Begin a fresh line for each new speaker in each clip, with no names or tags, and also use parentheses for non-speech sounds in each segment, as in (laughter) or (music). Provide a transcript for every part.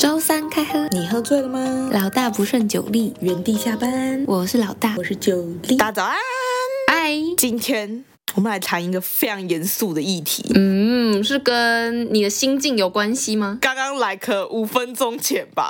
周三开喝，
你喝醉了吗？
老大不顺酒力，
原地下班，
我是老大
我，是九力。大家早安！
拜。
今天我们来谈一个非常严肃的议题。
嗯，是跟你的心境有关系吗？
刚刚来可五分钟前吧，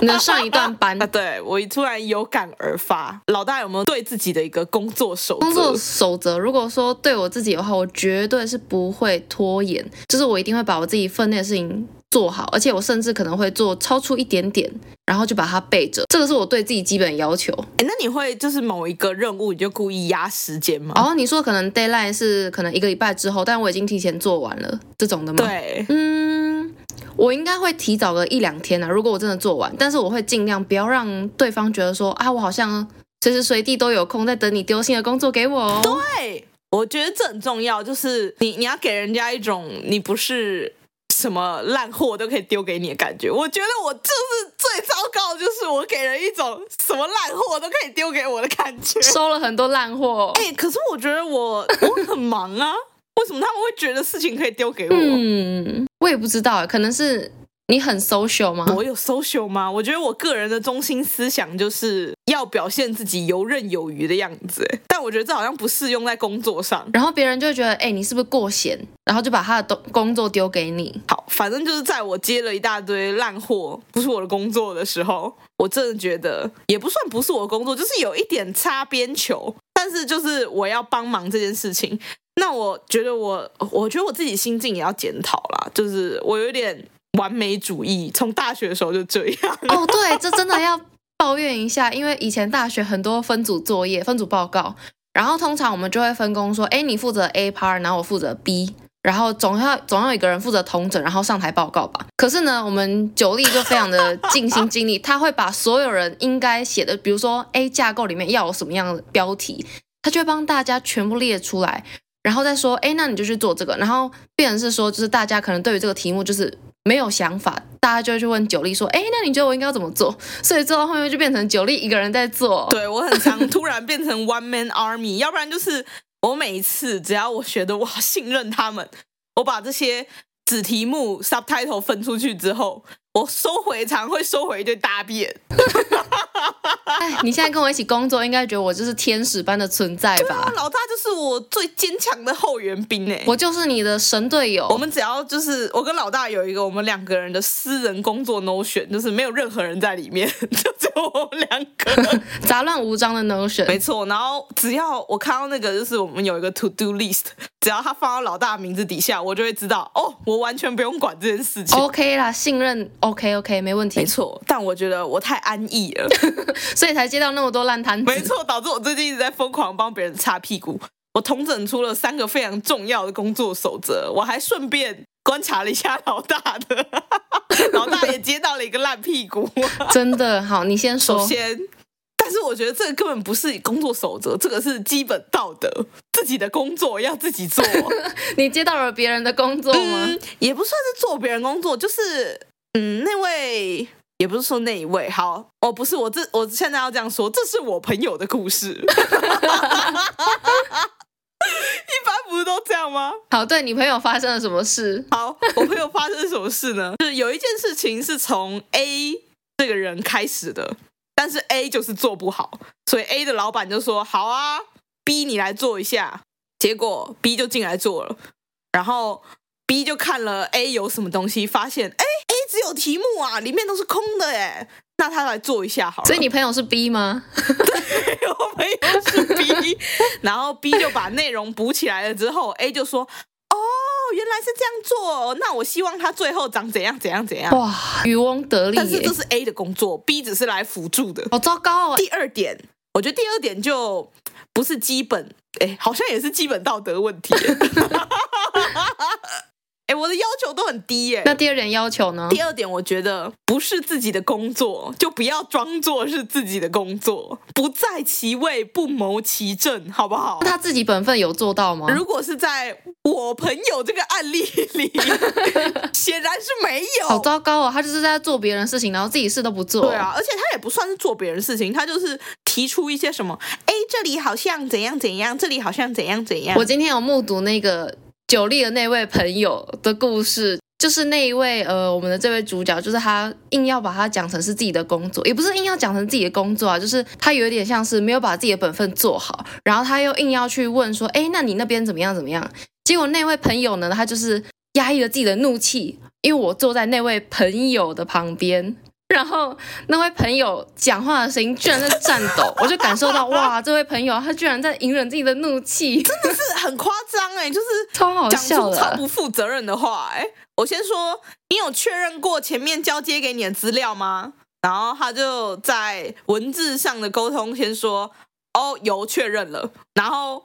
你的上一段班
啊，对我突然有感而发，老大有没有对自己的一个工作守则？
工作守则，如果说对我自己的话，我绝对是不会拖延，就是我一定会把我自己分内的事情做好，而且我甚至可能会做超出一点点，然后就把它备着，这个是我对自己基本的要求。
诶那你会就是某一个任务你就故意压时间吗？
然后哦你说可能 deadline 是可能一个礼拜之后，但我已经提前做完了这种的吗？，
对，
嗯，我应该会提早个一两天啊，如果我真的做完，但是我会尽量不要让对方觉得说啊，我好像随时随地都有空在等你丢新的工作给我 (laughs) 哦。
对，我觉得这很重要，就是你你要给人家一种你不是什么烂货都可以丢给你的感觉。我觉得我就是最糟糕，就是我给人一种什么烂货都可以丢给我的感觉。
收了很多烂货。
哎、可是我觉得我我很忙啊，为什么他们会觉得事情可以丢给我？
嗯，我也不知道，可能是你很 social 吗？
我有 social 吗？我觉得我个人的中心思想就是要表现自己游刃有余的样子，哎但我觉得这好像不适用在工作上。
然后别人就会觉得，哎、你是不是过闲？然后就把他的东工作丢给你。
好，反正就是在我接了一大堆烂货，不是我的工作的时候，我真的觉得也不算不是我的工作，就是有一点擦边球。但是就是我要帮忙这件事情，那我觉得我，我觉得我自己心境也要检讨啦，就是我有点完美主义，从大学的时候就这样。 (laughs)
哦，对，这真的要抱怨一下，因为以前大学很多分组作业、分组报告，然后通常我们就会分工说，哎，你负责 A part，然后我负责 B。然后总要总要有一个人负责统整，然后上台报告吧。可是呢，我们九力就非常的尽心尽力，他会把所有人应该写的，比如说 A 架构里面要有什么样的标题，他就会帮大家全部列出来，然后再说，哎，那你就去做这个。然后变成是说，就是大家可能对于这个题目就是没有想法，大家就会去问九力说，哎，那你觉得我应该要怎么做？所以做到后面就变成九力一个人在做。
对我很常突然变成 one man army，要不然就是我每一次只要我觉得我好信任他们，我把这些子题目 subtitle 分出去之后，我收回常会收回一堆大便。
哎，你现在跟我一起工作，应该觉得我就是天使般的存在吧？
啊老大就是我最坚强的后援兵哎、
我就是你的神队友。
我们只要就是我跟老大有一个我们两个人的私人工作 no 选，就是没有任何人在里面， (laughs) 就只有我们两个人。
杂乱无章的 notion，
没错，然后只要我看到那个，就是我们有一个 to do list，只要他放到老大的名字底下，我就会知道，哦，我完全不用管这件事情。
OK 啦，信任 OK OK 没问
没
题，
错，但我觉得我太安逸了，
所以才接到那么多烂摊子。
没错，导致我最近一直在疯狂帮别人擦屁股。我统整出了三个非常重要的工作守则，我还顺便观察了一下老大的，老大也接到了一个烂屁股。
真的好，你先
首
说。
先，但是我觉得这个根本不是工作守则，这个是基本道德，自己的工作要自己做。
你接到了别人的工作吗？
嗯，也不算是做别人工作，就是嗯，那位也不是说那一位，好，哦，不是我这，我现在要这样说，这是我朋友的故事。 (laughs) 一般不是都这样吗？
好，对你朋友发生了什么事？
好，我朋友发生什么事呢？ (laughs) 就是有一件事情是从 A 这个人开始的，但是 A 就是做不好，所以 A 的老板就说：“好啊，B 你来做一下。”结果 B 就进来做了，然后 B 就看了 A 有什么东西，发现哎 A 只有题目啊，里面都是空的哎，那他来做一下好了。
所以你朋友是 B 吗？
(laughs) 我朋友是 B，然后 B 就把内容补起来了之后，A 就说：“哦，原来是这样做哦，那我希望他最后长怎样怎样怎样。
哇，渔翁得”利
但是
耶
这，是 A 的工作，B 只是来辅助的。
好糟糕哦！
第二点，我觉得第二点就不是基本，哎，好像也是基本道德问题。 (laughs) 哎，我的要求都很低耶。
那第二点要求呢？
第二点，我觉得不是自己的工作，就不要装作是自己的工作，不在其位不谋其政，好不好
那？他自己本分有做到吗？
如果是在我朋友这个案例
(laughs)
里，显然是没
好
有。
糟糕哦，他就是在做别人的事情，然后自己事都不做。
对，啊，而且他也不算是做别人事情，他就是提出一些什么，哎，这里好像怎样怎样，这里好像怎样怎样
我。今天有目睹那个九力的那位朋友的故事，就是那一位呃，我们的这位主角，就是他硬要把它讲成是自己的工作，也不是硬要讲成自己的工作啊，就是他有点像是没有把自己的本分做好，然后他又硬要去问说，哎，那你那边怎么样怎么样？结果那位朋友呢，他就是压抑了自己的怒气，因为我坐在那位朋友的旁边。然后那位朋友讲话的声音居然在颤抖，我就感受到哇，这位朋友他居然在隐忍自己的怒气，
是很夸张哎，就是
超好
讲
笑
出
的。
超不负责任的话哎、我先说，你有确认过前面交接给你的资料吗？然后他就在文字上的沟通先说，哦，有确认了。然后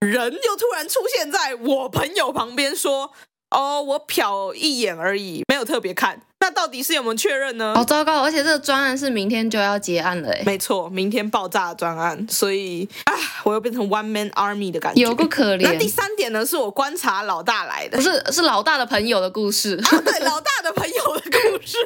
人又突然出现在我朋友旁边说，哦，我瞟一眼而已，没有特别看。那到底是有没有确认呢？
好哦糟糕！而且这个专案是明天就要结案了，哎，
没错，明天爆炸专案，所以啊，我又变成 one man army 的感觉。
有够可
那第
怜。
三点呢，是我观察老大来
(laughs)
的
不，是，是老大的朋友的故事。
啊，
(laughs)
对，老大的朋友的故事。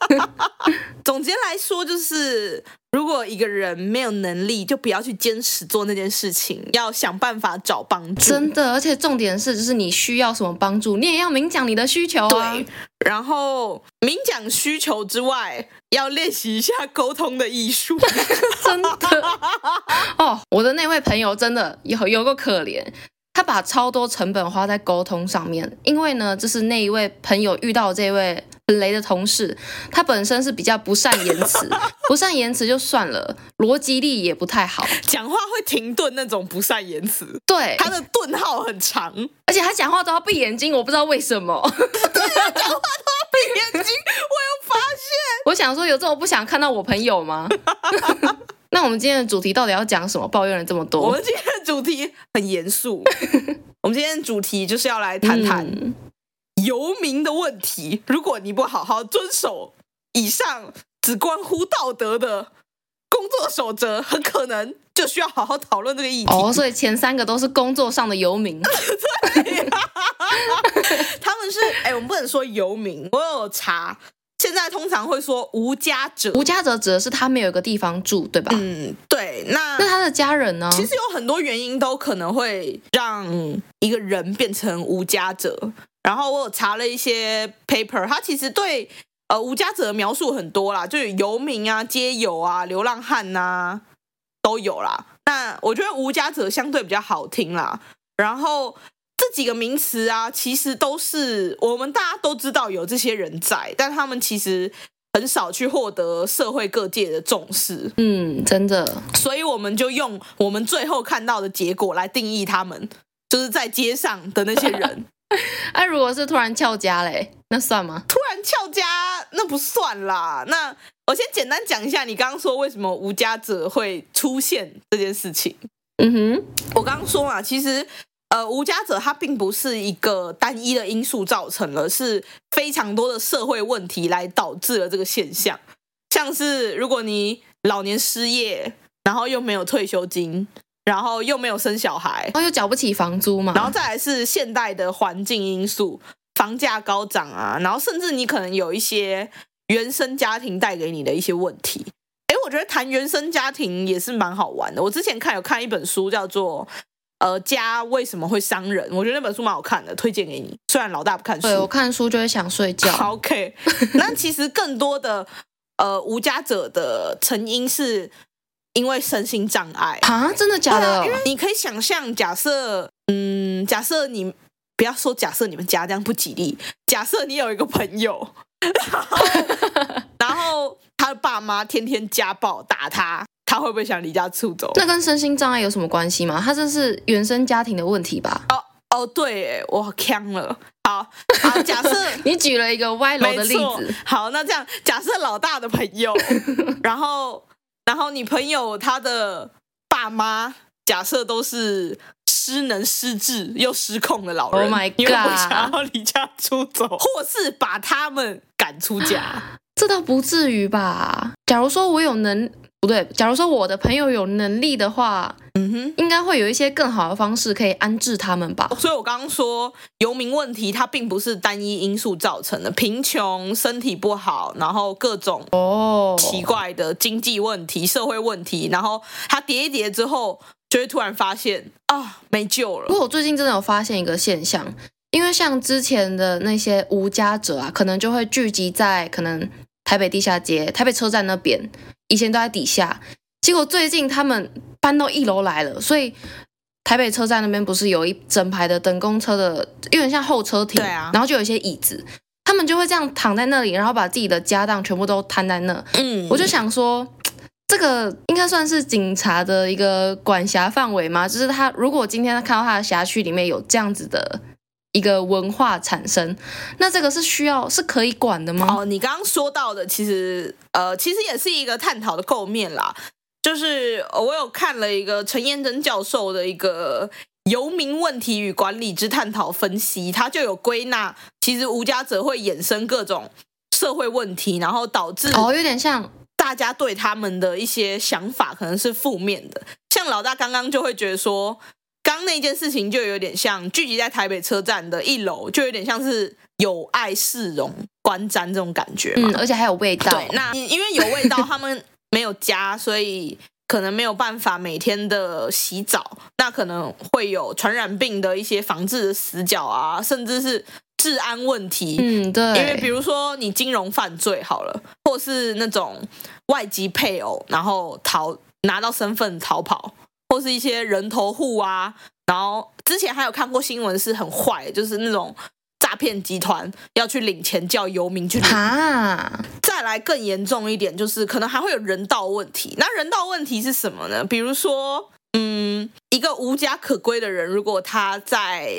(laughs)
总结来说，就是如果一个人没有能力，就不要去坚持做那件事情，要想办法找帮助。
真的，而且重点是，就是你需要什么帮助，你也要明讲你的需求啊。
对，然后明讲需求之外，要练习一下沟通的艺
(laughs)
术。 (laughs)
真的。哦，我的那位朋友真的有有够可怜，他把超多成本花在沟通上面。因为呢，就是那一位朋友遇到这位很雷的同事，他本身是比较不善言辞， (laughs) 不善言辞就算了，逻辑力也不太好。
讲话会停顿那种不善言辞，
对，
他的顿号很长，闭
而且他讲话都要闭眼睛，我不知道为什么。
眼睛，我有发现。
我想说，有这种不想看到我朋友 (laughs) 吗？那我们今天的主题到底要讲什么？抱怨了这么多，
我们今天的主题很严
(laughs)
肃，我们今天的主题就是要来谈谈、
嗯
游民的问题，如果你不好好遵守以上只关乎道德的工作守则，很可能就需要好好讨论这个议题。
(laughs) 哦，所以前三个都是工作上的游民。
他们是哎、我们不能说游民，我有查，现在通常会说无家者。
无家者指的是他没有一个地方住，对吧？
嗯，对，那
那他的家人呢？
其实有很多原因都可能会让一个人变成无家者。然后我有查了一些 paper，它其实对呃无家者的描述很多啦，就有游民啊、街友啊、流浪汉呐、都有啦。那我觉得无家者相对比较好听啦。然后这几个名词啊，其实都是我们大家都知道有这些人在，但他们其实很少去获得社会各界的重视。
嗯，真的，
所以我们就用我们最后看到的结果来定义他们，就是在街上的那些人。
哎、如果是突然翘家嘞，那算吗？
突然翘家，那不算啦。那我先简单讲一下，你刚刚说为什么无家者会出现这件事情。
嗯哼，
我刚刚说嘛，其实呃，无家者它并不是一个单一的因素造成了，是非常多的社会问题来导致了这个现象。像是如果你老年失业，然后又没有退休金，然后又没有生小孩，
哦然后又缴不起房租嘛，
然后再来是现代的环境因素，房价高涨啊，然后甚至你可能有一些原生家庭带给你的一些问题。诶，我觉得谈原生家庭也是蛮好玩的。我之前看有看一本书叫做《呃家为什么会伤人》，我觉得那本书蛮好看的，推荐给你。虽然老大不看书，
对我看书就会想睡觉。
好
(laughs)
OK，那其实更多的呃无家者的成因是因为身心障碍。
啊，真的假
对
的
啊，因？为你可以想象，假设，嗯，假设你不要说假设你们家这样不吉利，假设你有一个朋
(laughs)
友，然后然后他的爸妈天天家暴打他，他会不会想离家出走？
那跟身心障碍有什么关系吗？他这是原生家庭的问题吧？
哦，对耶，我呛了。好，好，假设
你举了一个
(laughs)
歪楼
没
的例
错
子，。
好，那这样假设老大的朋 (laughs) 友，然后然后你朋友他的爸妈，假设都是失能、失智又失控的老人
Oh my
你会不会想
God
要离家出走， (laughs) 或是把他们赶出家？
这倒不至于吧？假如说我有能，不对，假如说我的朋友有能力的话，
(laughs) 嗯哼。
应该会有一些更好的方式可以安置他们吧？
所以我刚刚说，游民问题它并不是单一因素造成的，贫穷、身体不好，然后各种
哦，
奇怪的经济问题、社会问题，然后它叠一叠之后，就会突然发现啊，没救了
不。过我最近真的有发现一个现象，因为像之前的那些无家者啊，可能就会聚集在可能台北地下街、台北车站那边，以前都在底下，结果最近他们搬到一楼来了，所以台北车站那边不是有一整排的等公车的，有点像候车亭，
对啊
然后就有一些椅子，他们就会这样躺在那里，然后把自己的家当全部都摊在那，
嗯
我就想说，这个应该算是警察的一个管辖范围吗？就是他如果今天看到他的辖区里面有这样子的一个文化产生，那这个是需要是可以管的吗？
哦，你刚刚说到的，其实呃，其实也是一个探讨的构面啦。就是呃我有看了一个陈彦真教授的一个《游民问题与管理之探讨分析》，他就有归纳，其实无家者会衍生各种社会问题，然后导致
哦，有点像
大家对他们的一些想法可能是负面的。像老大刚刚就会觉得说，刚那件事情就有点像聚集在台北车站的一楼，就有点像是有碍市容观瞻这种感觉嘛。
嗯，而且还有味道
对，，那因为有味道，他们没有家，所以可能没有办法每天的洗澡，那可能会有传染病的一些防治的死角啊，甚至是治安问题。
嗯，
因为比
对，
如说你金融犯罪好了，或是那种外籍配偶，然后逃拿到身份逃跑，或是一些人头户啊，然后之前还有看过新闻是很坏，就是那种诈骗集团要去领钱叫游民去领。
啊，
再来更严重一点，就是可能还会有人道问题。那人道问题是什么呢？比如说，嗯，一个无家可归的人，如果他在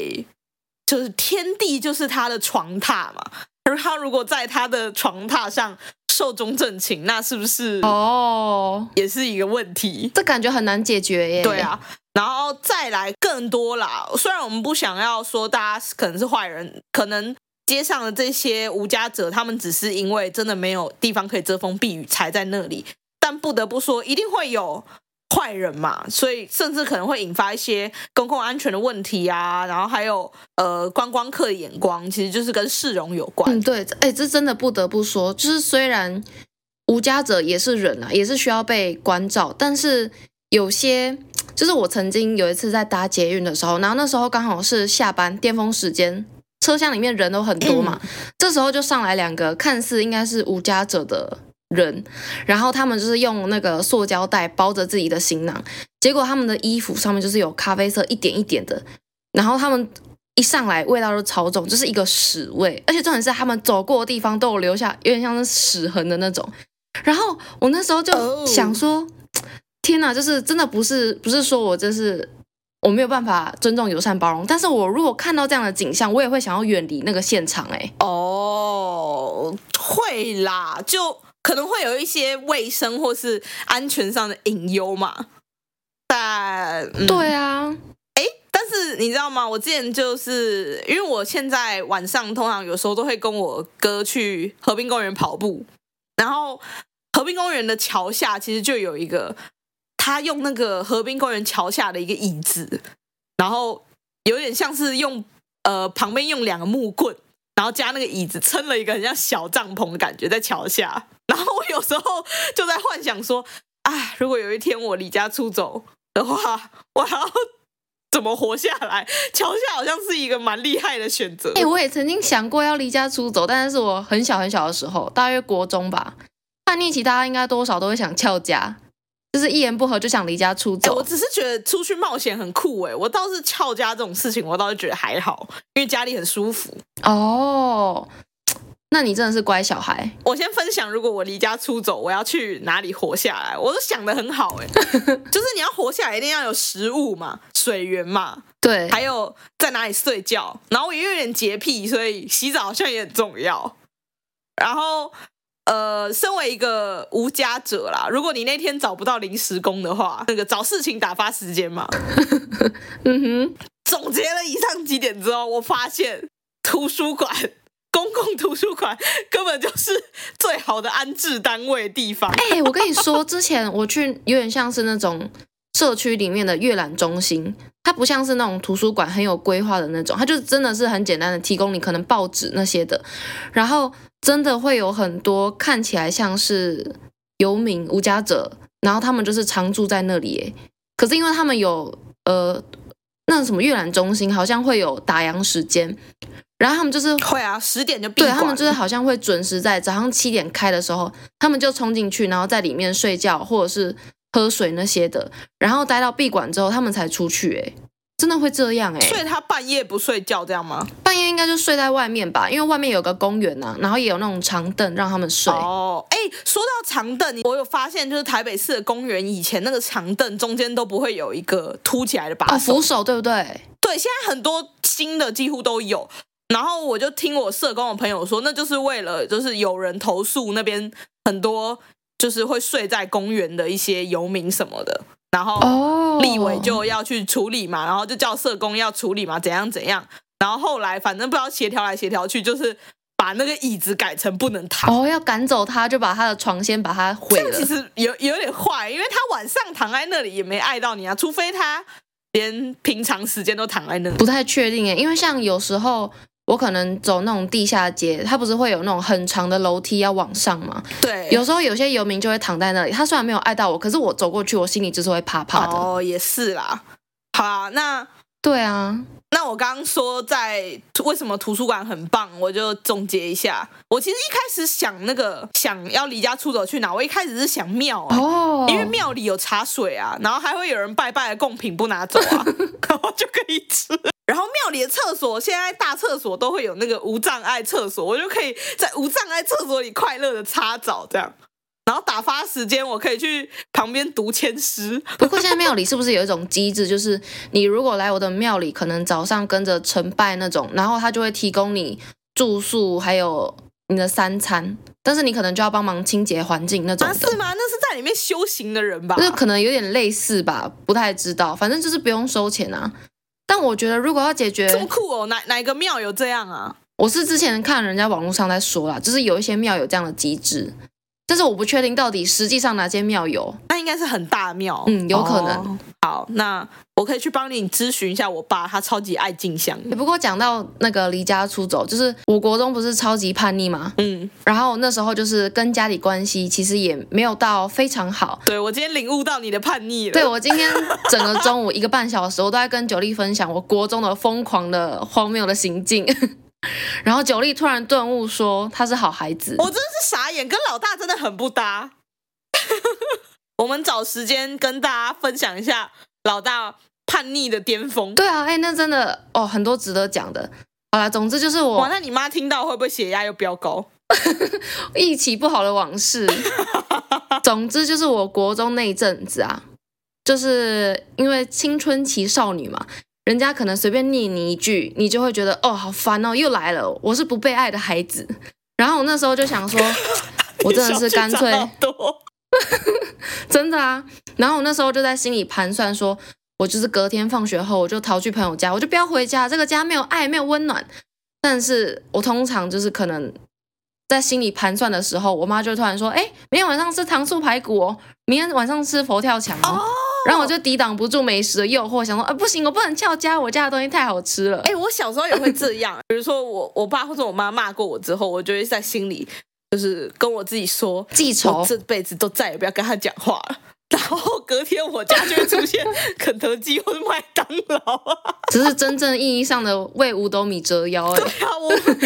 就是天地就是他的床榻嘛，而他如果在他的床榻上寿终正寝，那是不是
哦，
也是一个问题？
这感觉很难解决耶。
对，啊，然后再来更多啦。虽然我们不想要说大家可能是坏人，可能街上的这些无家者，他们只是因为真的没有地方可以遮风避雨才在那里，但不得不说，一定会有。坏人嘛，所以甚至可能会引发一些公共安全的问题啊，然后还有呃观光客的眼光，其实就是跟市容有关。
嗯，对，这哎，这真的不得不说，就是虽然无家者也是人啊，也是需要被关照，但是有些，就是我曾经有一次在搭捷运的时候，然后那时候刚好是下班巅峰时间，车厢里面人都很多嘛，这时候就上来两个看似应该是无家者的人，然后他们就是用那个塑胶袋包着自己的行囊，结果他们的衣服上面就是有咖啡色一点一点的，然后他们一上来味道就超重，就是一个屎味，而且重点是他们走过的地方都有留下有点像是屎痕的那种。然后我那时候
哦
就想说天哪，就是真的不是不是说我这是我没有办法尊重友善包容，但是我如果看到这样的景象，我也会想要远离那个现场、欸。哎，
哦，会啦，就可能会有一些卫生或是安全上的隐忧嘛。但、嗯、
对啊，
但是你知道吗？我之前就是因为我现在晚上通常有时候都会跟我哥去河滨公园跑步，然后河滨公园的桥下其实就有一个，他用那个河滨公园桥下的一个椅子，然后有点像是用呃旁边用两个木棍，然后加那个椅子撑了一个很像小帐篷的感觉在桥下，然后我有时候就在幻想说，哎，如果有一天我离家出走的话，我还要。 (laughs) 怎么活下来？桥下好像是一个蛮厉害的选择。
哎、我也曾经想过要离家出走，但是我很小很小的时候，大约国中吧，叛逆期，大家应该多少都会想翘家，就是一言不合就想离家出
哎、
走。
我只是觉得出去冒险很酷哎、我倒是翘家这种事情，我倒是觉得还好，因为家里很舒服。
哦，那你真的是乖小孩。
我先分享，如果我离家出走，我要去哪里活下来？我都想的很好哎、就是你要活下来，一定要有食物嘛，水源嘛，
对，
还有在哪里睡觉。然后我也有点洁癖，所以洗澡好像也很重要。然后，呃，身为一个无家者啦，如果你那天找不到临时工的话，那个找事情打发时间嘛。
嗯
总结了以上几点之后，我发现图书馆。公共图书馆根本就是最好的安置单位地方。
哼，哎、我跟你说，之前我去有点像是那种社区里面的阅览中心，它不像是那种图书馆很有规划的那种，它就真的是很简单的提供你可能报纸那些的，然后真的会有很多看起来像是游民、无家者，然后他们就是常住在那里耶。可是因为他们有呃那什么阅览中心好像会有打烊时间，然后他们就是
会啊，十点就闭
对
馆。
他们就是好像会准时在早上七点开的时候，他们就冲进去，然后在里面睡觉或者是喝水那些的，然后待到闭馆之后他们才出去、欸。哎，真的会这样哎、
所以他半夜不睡觉这样吗？
半夜应该就睡在外面吧，因为外面有个公园呐、然后也有那种长凳让他们睡。
哦，哎，说到长凳，我有发现，就是台北市的公园以前那个长凳中间都不会有一个凸起来的把
哦，
手，
扶手对不对？
对，现在很多新的几乎都有。然后我就听我社工的朋友说，那就是为了就是有人投诉那边很多就是会睡在公园的一些游民什么的，然后
哦
立委就要去处理嘛，然后就叫社工要处理嘛，怎样怎样。然后后来反正不知道协调来协调去，就是把那个椅子改成不能躺。
哦要赶走他，就把他的床先把它毁
这样其
了。
实有有点坏，因为他晚上躺在那里也没碍到你啊，除非他连平常时间都躺在那里。
不太确定欸诶，因为像有时候我可能走那种地下街，它不是会有那种很长的楼梯要往上吗？
对，
有时候有些游民就会躺在那里，他虽然没有爱到我，可是我走过去，我心里就是会怕怕的。
哦，也是啦。好啦，那
对啊，
那我刚刚说在为什么图书馆很棒，我就总结一下。我其实一开始想那个想要离家出走去哪，我一开始是想庙、欸，
哦，
因为庙里有茶水啊，然后还会有人拜拜的贡品不拿走啊，然后就可以吃。然后庙里的厕所，现在大厕所都会有那个无障碍厕所，我就可以在无障碍厕所里快乐的擦澡这样。然后打发时间，我可以去旁边读签诗。
不过现在庙里是不是有一种机制，就是你如果来我的庙里，可能早上跟着晨拜那种，然后他就会提供你住宿，还有你的三餐，但是你可能就要帮忙清洁环境那种
啊，
的
是。吗？那是在里面修行的人吧？
那可能有点类似吧，不太知道，反正就是不用收钱啊。但我觉得如果要解决
这么酷哦！哪哪个庙有这样啊？
我是之前看人家网络上在说啦，就是有一些庙有这样的机制，但是我不确定到底实际上哪间庙有。
那应该是很大的庙，
嗯有可能
哦好，那我可以去帮你咨询一下我爸，他超级爱静香。
也不过讲到那个离家出走，就是我国中不是超级叛逆嘛，
嗯，
然后那时候就是跟家里关系其实也没有到非常好。
对我今天领悟到你的叛逆了。
对我今天整个中午一个半小时，我都在跟九力分享我国中的疯狂的荒谬的行径。 (laughs) 然后九力突然顿悟说他是好孩子，
我真的是傻眼，跟老大真的很不搭。 (laughs) 我们找时间跟大家分享一下老大叛逆的巅峰。
对啊，哎、那真的哦，很多值得讲的。好啦，总之就是我
哇，那你妈听到会不会血压又飙高？
一起不好的往事。总之就是我国中那一阵子啊，就是因为青春期少女嘛，人家可能随便念你一句，你就会觉得哦好烦哦，又来了，我是不被爱的孩子。然后我那时候就想说，我真的
(laughs)
是干
你
脆
小剧场好多
真的啊。然后我那时候就在心里盘算说，我就是隔天放学后我就逃去朋友家，我就不要回家，这个家没有爱，没有温暖。但是我通常就是可能在心里盘算的时候，我妈就突然说：“哎，明天晚上吃糖醋排骨哦，明天晚上吃佛跳墙哦。然后我就抵挡不住美食的诱惑，想说：“啊，不行，我不能翘家，我家的东西太好吃了。
哎、我小时候也会这样， (laughs) 比如说我我爸或者我妈骂过我之后，我就会在心里就是跟我自己说，
记仇
我这辈子都再也不要跟他讲话了。 (laughs) 然后隔天我家就会出现肯德基或者麦当劳啊， (laughs)
只是真正意义上的为五斗米折腰、哎。
对啊，我 (laughs) 我真的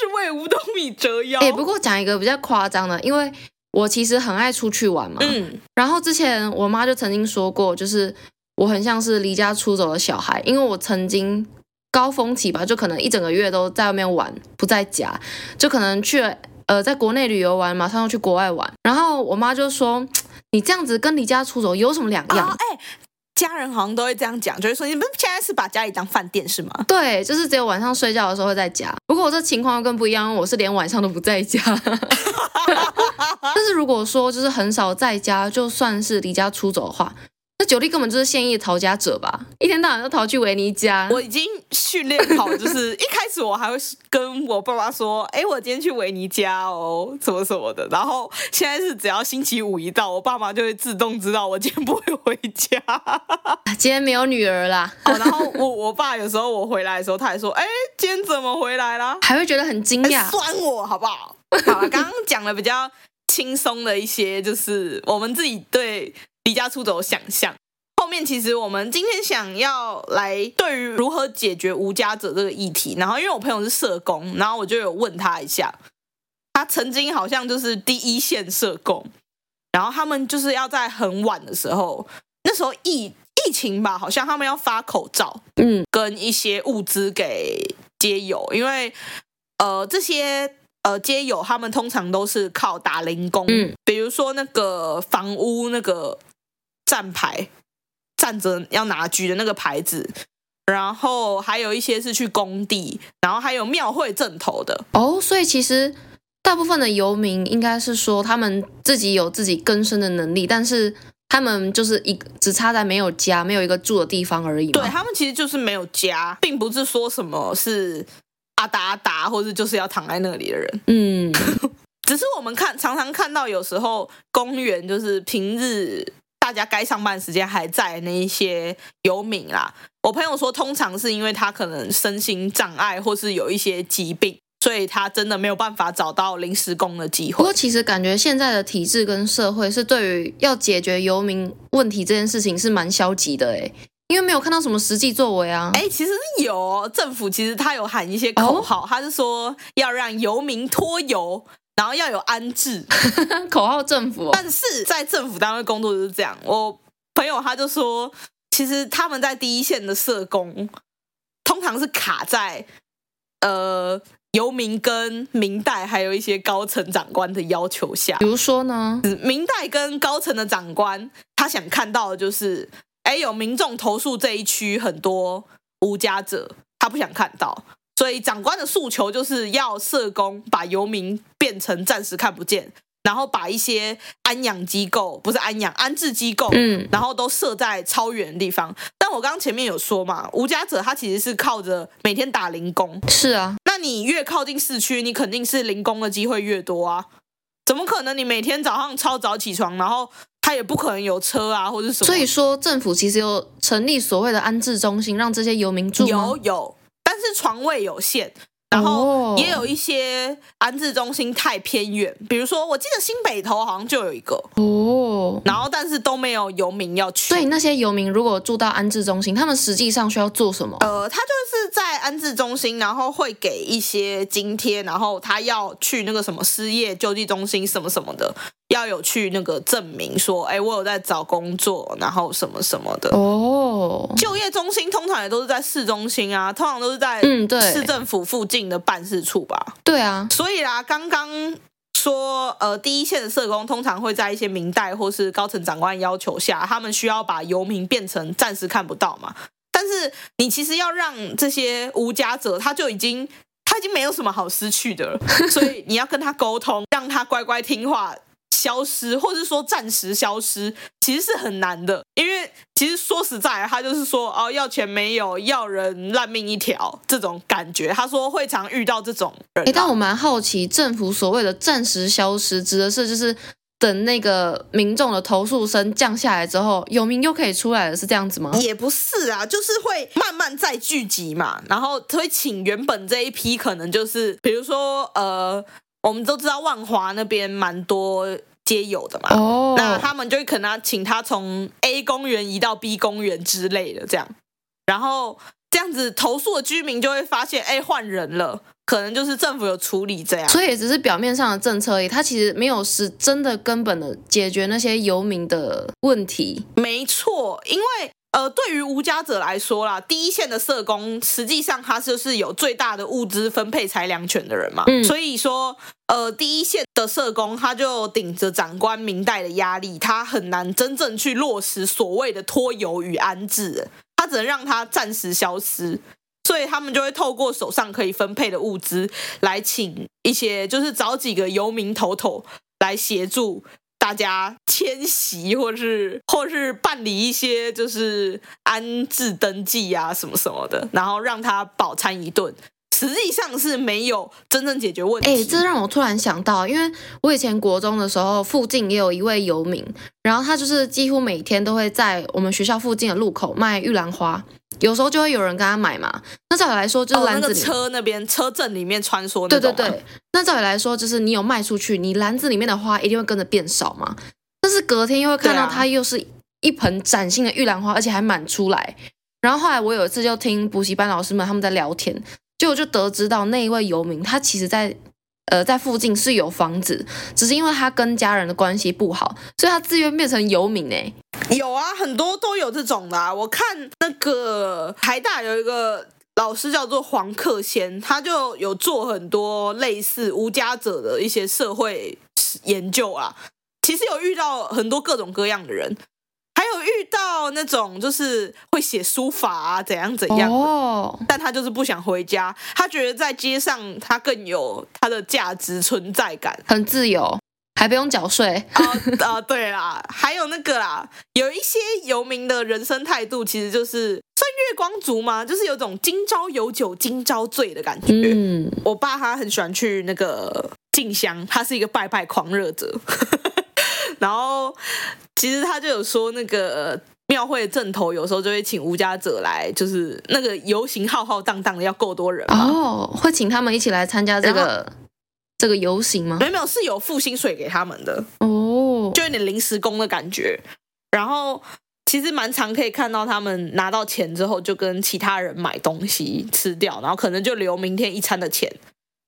是为五斗米折腰。
哎、不过讲一个比较夸张的，因为我其实很爱出去玩嘛，
嗯，
然后之前我妈就曾经说过，就是我很像是离家出走的小孩，因为我曾经高峰期吧，就可能一整个月都在外面玩，不在家，就可能去了呃在国内旅游玩，马上又去国外玩。然后我妈就说：“你这样子跟离家出走有什么两样？”
哦，哎、家人好像都会这样讲，就会说你们现在是把家里当饭店是吗？
对，就是只有晚上睡觉的时候会在家。不过我这情况又更不一样，因为我是连晚上都不在家。 (laughs) 但是如果说就是很少在家，就算是离家出走的话，那九力根本就是现役的逃家者吧？一天到晚都逃去维尼家。
我已经训练好，就是一开始我还会跟我爸妈说，哎、我今天去维尼家哦，什么什么的。然后现在是只要星期五一到，我爸妈就会自动知道我今天不会回家。
啊今天没有女儿啦，
哦，然后我我爸有时候我回来的时候，他还说，哎、今天怎么回来啦？
还会觉得很惊讶。
哎酸我好不好？好了，刚刚讲了比较轻松的一些，就是我们自己对离家出走的想象。后面其实我们今天想要来对于如何解决无家者这个议题，然后因为我朋友是社工，然后我就有问他一下，他曾经好像就是第一线社工，然后他们就是要在很晚的时候，那时候疫疫情吧，好像他们要发口罩
嗯
跟一些物资给街友，因为呃这些呃街友他们通常都是靠打零工，
嗯
比如说那个房屋那个站牌，站着要拿举的那个牌子，然后还有一些是去工地，然后还有庙会正头的，
哦，所以其实大部分的游民应该是说他们自己有自己更生的能力，但是他们就是一只差在没有家、没有一个住的地方而已嘛。
对他们其实就是没有家，并不是说什么是阿达阿达，或者就是要躺在那里的人。
嗯，
只是我们看常常看到，有时候公园就是平日大家该上班时间还在那一些游民啦。我朋友说，通常是因为他可能身心障碍或是有一些疾病，所以他真的没有办法找到临时工的机
不
会
过。其实感觉现在的体制跟社会是对于要解决游民问题这件事情是蛮消极的诶，因为没有看到什么实际作为啊。
哎，其实是有哦政府，其实他有喊一些口号，他是说要让游民脱游，然后要有安置。
口号政府、哦，
但是在政府单位工作就是这样。我朋友他就说，其实他们在第一线的社工，通常是卡在呃游民跟明代还有一些高层长官的要求下
比。如说呢？
明代跟高层的长官，他想看到的就是，哎，有民众投诉这一区很多无家者，他不想看到，所以长官的诉求就是要社工把游民变成暂时看不见，然后把一些安养机构，不是安养安置机构，
嗯，
然后都设在超远的地方。但我刚刚前面有说嘛，无家者他其实是靠着每天打零工，
是啊，
那你越靠近市区，你肯定是零工的机会越多啊。怎么可能？你每天早上超早起床，然后他也不可能有车啊，或者什么。
所以说政府其实有成立所谓的安置中心，让这些游民住吗
有有，但是床位有限，然后
哦
也有一些安置中心太偏远，比如说我记得新北投好像就有一个，
哦。
然后但是都没有游民要去
所。以那些游民如果住到安置中心，他们实际上需要做什么？
呃，他就是在安置中心，然后会给一些津贴，然后他要去那个什么失业救济中心什么什么的，要有去那个证明说，哎，我有在找工作，然后什么什么的。
哦，
就业中心通常也都是在市中心啊，通常都是在
嗯，对，
市政府附近的办事处吧。
对啊，
所以啦，刚刚说，呃，第一线的社工通常会在一些明代或是高层长官要求下，他们需要把游民变成暂时看不到嘛。但是你其实要让这些无家者，他就已经他已经没有什么好失去的了，所以你要跟他沟通，让他乖乖听话。消失，或是说暂时消失，其实是很难的，因为其实说实在，他就是说哦，要钱没有，要人烂命一条这种感觉。他说会常遇到这种人啊、
哎，但我蛮好奇，政府所谓的暂时消失，指的是就是等那个民众的投诉声降下来之后，游民又可以出来了，是这样子吗？
也不是啊，就是会慢慢再聚集嘛，然后会请原本这一批，可能就是比如说呃，我们都知道万华那边蛮多街友的嘛，
哦，
那他们就会可能要请他从 A 公园移到 B 公园之类的这样，然后这样子投诉的居民就会发现，哎，换人了，可能就是政府有处理这样。
所以也只是表面上的政策而已，它其实没有是真的根本的解决那些游民的问题。
没错，因为呃，对于无家者来说啦，第一线的社工实际上他就是有最大的物资分配裁量权的人嘛，
嗯
所以说呃，第一线的社工他就顶着长官明代的压力，他很难真正去落实所谓的脱游与安置，他只能让他暂时消失。所以他们就会透过手上可以分配的物资，来请一些就是找几个游民头头来协助大家迁徙，或是或是办理一些就是安置登记啊什么什么的，然后让他饱餐一顿。实际上是没有真正解决问题。
哎、这让我突然想到，因为我以前国中的时候，附近也有一位游民，然后他就是几乎每天都会在我们学校附近的路口卖玉兰花，有时候就会有人跟他买嘛。那照理来说，就是
哦，那
篮子
个
里面、
车那边车阵里面穿梭那
对对
种啊吗
对，那照理来说，就是你有卖出去，你篮子里面的花一定会跟着变少嘛。但是隔天又会看
对啊
到它又是一盆崭新的玉兰花，而且还满出来。然后后来我有一次就听补习班老师们他们在聊天，结果就得知到那一位游民，他其实在呃在附近是有房子，只是因为他跟家人的关系不好，所以他自愿变成游民哎、
有啊，很多都有这种的、啊。我看那个台大有一个老师叫做黄克先，他就有做很多类似无家者的一些社会研究啊。其实有遇到很多各种各样的人，还有遇到那种就是会写书法啊，怎样怎样的
哦，
但他就是不想回家，他觉得在街上他更有他的价值存在感。
很自由，还不用缴税。
啊啊、对啦，还有那个啦，有一些游民的人生态度其实就是算月光族嘛，就是有种今朝有酒今朝醉的感觉。
嗯，
我爸他很喜欢去那个静香，他是一个拜拜狂热者。 (laughs) 然后其实他就有说，那个呃庙会的正头有时候就会请无家者来，就是那个游行浩浩荡荡的，要够多人嘛。
哦，会请他们一起来参加这个这个游行吗
没？有没有是有付薪水给他们的，
哦，
就有点临时工的感觉。然后其实蛮常可以看到他们拿到钱之后，就跟其他人买东西吃掉，然后可能就留明天一餐的钱，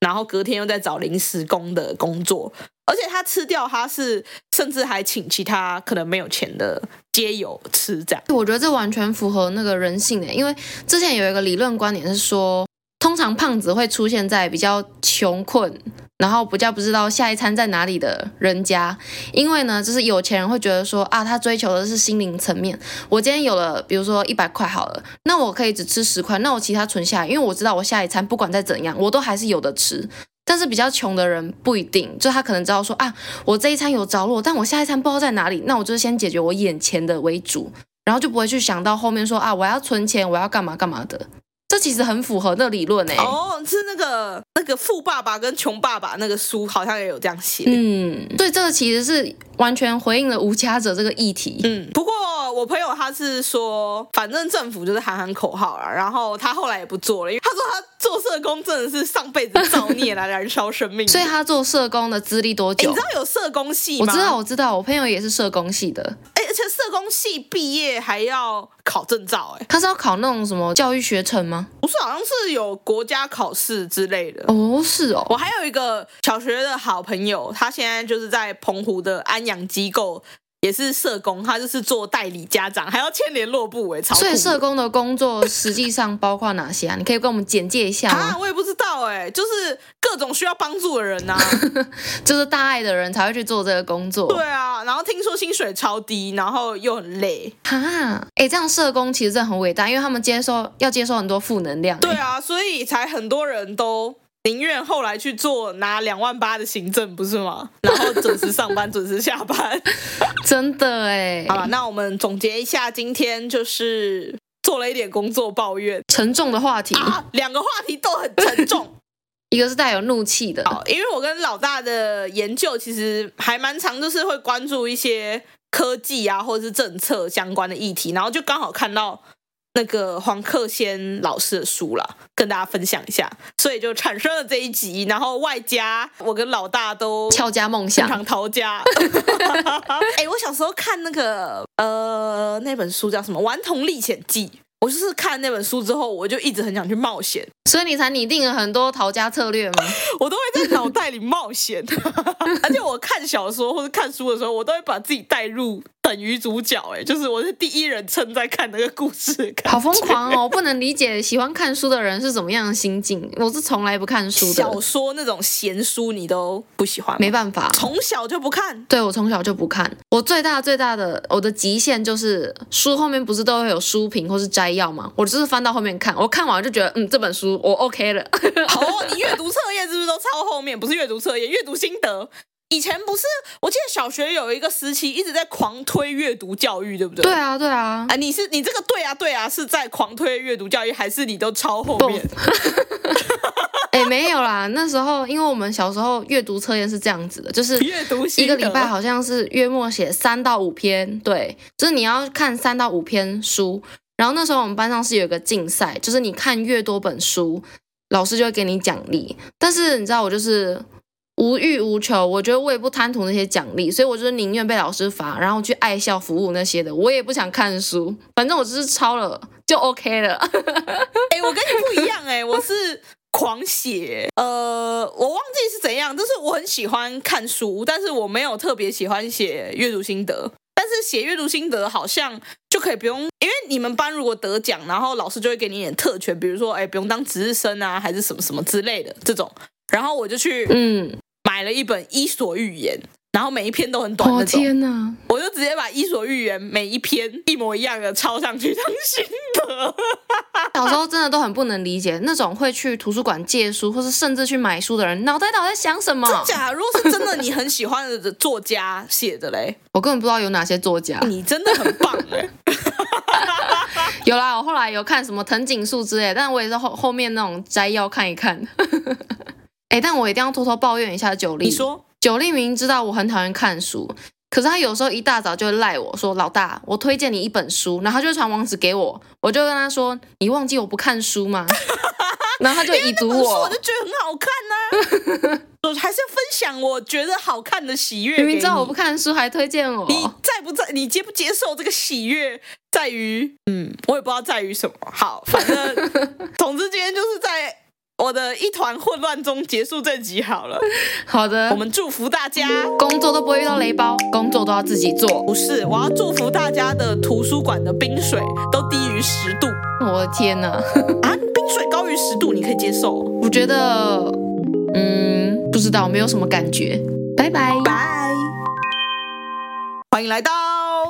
然后隔天又再找临时工的工作。而且他吃掉，他是甚至还请其他可能没有钱的街友吃，这样
我觉得这完全符合那个人性的，因为之前有一个理论观点是说，通常胖子会出现在比较穷困，然后比较不知道下一餐在哪里的人家，因为呢，就是有钱人会觉得说啊，他追求的是心灵层面。我今天有了，比如说一百块好了，那我可以只吃十块，那我其他存下来，因为我知道我下一餐不管再怎样，我都还是有的吃。但是比较穷的人不一定，就他可能知道说啊，我这一餐有着落，但我下一餐不知道在哪里，那我就是先解决我眼前的为主。然后就不会去想到后面说啊，我要存钱，我要干嘛干嘛的。这其实很符合那个理论诶、欸
哦，是那个那个富爸爸跟穷爸爸那个书好像也有这样写，
嗯，所以这个其实是完全回应了无家者这个议题。
嗯，不过我朋友他是说，反正政府就是喊喊口号啦，然后他后来也不做了，因为他说他做社工真的是上辈子造孽来燃烧生命的。
所以他做社工的资历多
诶
久
你知？道有社工系
我
吗？
知道，我知道，我朋友也是社工系的，
诶而且社工系毕业还要考证照，哎，
他是要考那种什么教育学程吗？
不是，好像是有国家考试之类的。
哦，是哦，
我还有一个小学的好朋友，他现在就是在澎湖的安养机构，也是社工，他就是做代理家长，还要签联络部，哎，超酷
所
的。
以社工的工作实际上包括哪些啊？你可以跟我们简介一下
啊，
吗？
我也不知道哎、就是各种需要帮助的
(laughs)
人呐、啊
就是大爱的人才会去做这个工作。
对啊，然后听说薪水超低，然后又很累，
哈，哎，这样社工其实真的很伟大，因为他们接受要接受很多负能量。
对啊，所以才很多人都宁愿后来去做拿两万八的行政，不是吗？然后准时上班，准时下班。
(laughs) 真的哎
好，了，那我们总结一下，今天就是做了一点工作抱怨
沉重的话题，
啊，两个话题都很沉重。
一个是带有怒气的，
好因为我跟老大的研究其实还蛮长，就是会关注一些科技啊或者是政策相关的议题，然后就刚好看到那个黄克先老师的书啦，跟大家分享一下，所以就产生了这一集，然后外加我跟老大都
俏家梦
经
想，
常逃家。哎、我小时候看那个呃那本书叫什么《顽童历险记》，我就是看那本书之后，我就一直很想去冒险，
所以你才拟定了很多逃家策略吗？
我都会在脑袋里冒险， (laughs) 而且我看小说或者看书的时候，我都会把自己带入等于主角、哎，就是我是第一人称在看那个故事的感觉，
好疯狂哦！我不能理解喜欢看书的人是怎么样的心境，我是从来不看书
小
的，
说那种闲书你都不喜欢吗，
没办法。
从小就不看。
对，我从小就不看。我最大最大的我的极限就是书后面不是都会有书评或是摘要吗？我就是翻到后面看，我看完就觉得，嗯，这本书我 OK 了。
哦，你阅读测验是不是都超后面？不是阅读测验，阅读心得。以前不是，我记得小学有一个时期一直在狂推阅读教育，对不对？
(laughs) 对啊，对啊，
啊，你是你这个对啊对啊，是在狂推阅读教育，还是你都超后面？
哎，没有啦，那时候因为我们小时候阅读测验是这样子的，就是
阅读心
一
得
个礼拜好像是月末写三到五篇，对，就是你要看三到五篇书。然后那时候我们班上是有一个竞赛，就是你看越多本书，老师就会给你奖励。但是你知道我就是无欲无求，我觉得我也不贪图那些奖励，所以我就是宁愿被老师罚，然后去爱校服务那些的，我也不想看书，反正我只是抄了就 OK 了。 (laughs)
哎、我跟你不一样哎、我是狂写，呃，我忘记是怎样，就是我很喜欢看书，但是我没有特别喜欢写阅读心得。但是写阅读心得好像就可以不用，因为你们班如果得奖，然后老师就会给你一点特权，比如说哎、不用当值日生啊，还是什么什么之类的这种。然后我就去
(laughs) 嗯，
买了一本《伊索寓言》，然后每一篇都很短
哦
那种。
天哪，
我就直接把《伊索寓言》每一篇一模一样的抄上去当心得。
小时候真的都很不能理解那种会去图书馆借书，或是甚至去买书的人，脑袋到底在想什么？
假如是真的你很喜欢的作家写的
(laughs)
嘞，
我根本不知道有哪些作家。
你真的很棒
(laughs)
哎！
有啦，我后来有看什么藤井树之类，但我也是后后面那种摘要看一看。 (laughs) 哎、但我一定要偷偷抱怨一下九力。
你说
九力明明知道我很讨厌看书，可是他有时候一大早就会赖我说：“老大，我推荐你一本书。”然后他就传网址给我，我就跟他说：“你忘记我不看书吗？” (laughs) 然后他就已读
不是，我
我
就。觉得很好看呐、
(laughs)
我还是要分享我觉得好看的喜悦给
明
你。
明知道我不看书，还推荐我。
你在不在？你接不接受这个喜悦，在于嗯，我也不知道在于什么。好，反
(laughs)
正总之今天就是在我的一团混乱中结束这集好了。
好的，
我们祝福大家。
工作都不会遇到雷包，工作都要自己做。
不是，我要祝福大家的图书馆的冰水都低于十度
我的天哪！ (laughs)
啊！冰水高于十度，你可以接受？
我觉得，嗯，不知道，没有什么感觉。拜拜，
拜，欢迎来到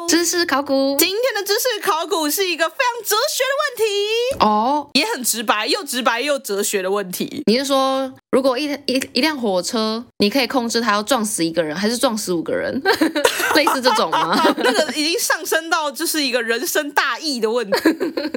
知识考古
今天的知识考古是一个非常哲学的问题，
哦。
也很直白，又直白又哲学的问题。
你是说，如果一一一辆火车，你可以控制它要撞死一个人，还是撞死五个人？ (laughs) 类似这种吗？
(laughs) 啊那个已经上升到就是一个人生大义的
(laughs)
问题。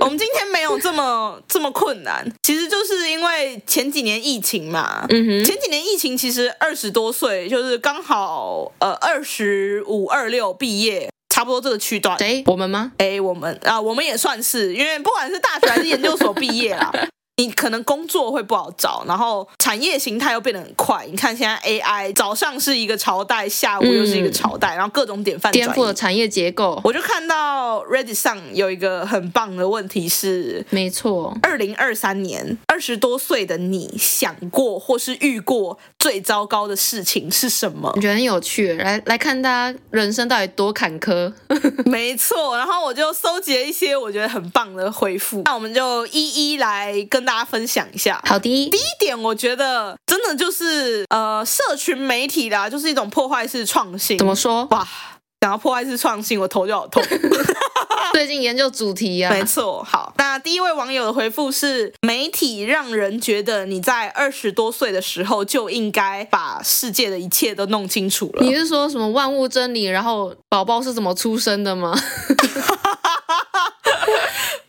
我们今天没有这么这么困难，其实就是因为前几年疫情嘛，
嗯哼，
前几年疫情，其实二十多岁就是刚好呃二十五二六毕业，差不多这个区段。
谁？我们吗？
哎，我们啊，我们也算是，因为不管是大学还是研究所毕业啦， (laughs) 你可能工作会不好找，然后产业形态又变得很快。你看现在 AI 早上是一个朝代，下午又是一个朝代，然后各种典范
嗯颠
转
覆
移
了。产业结构。
我就看到 Reddit 上有一个很棒的问题是，
没错，
二零二三年，二十多岁的你想过或是遇过最糟糕的事情是什么
我？觉得很有趣。来来看大家人生到底多坎坷。 (laughs)
没错，然后我就搜集了一些我觉得很棒的回复，那我们就一一来跟大家分享一下。
好的
第，一点，我觉得真的就是呃，社群媒体啦，就是一种破坏式创新。
怎么说？
哇？想要破坏式创新，我头就好
(laughs)
痛。
最近研究主题啊呀、
没错，好，那第一位网友的回复是：媒体让人觉得你在二十多岁的时候就应该把世界的一切都弄清楚了
你。是说什么万物真理？然后宝宝是怎么出生的吗？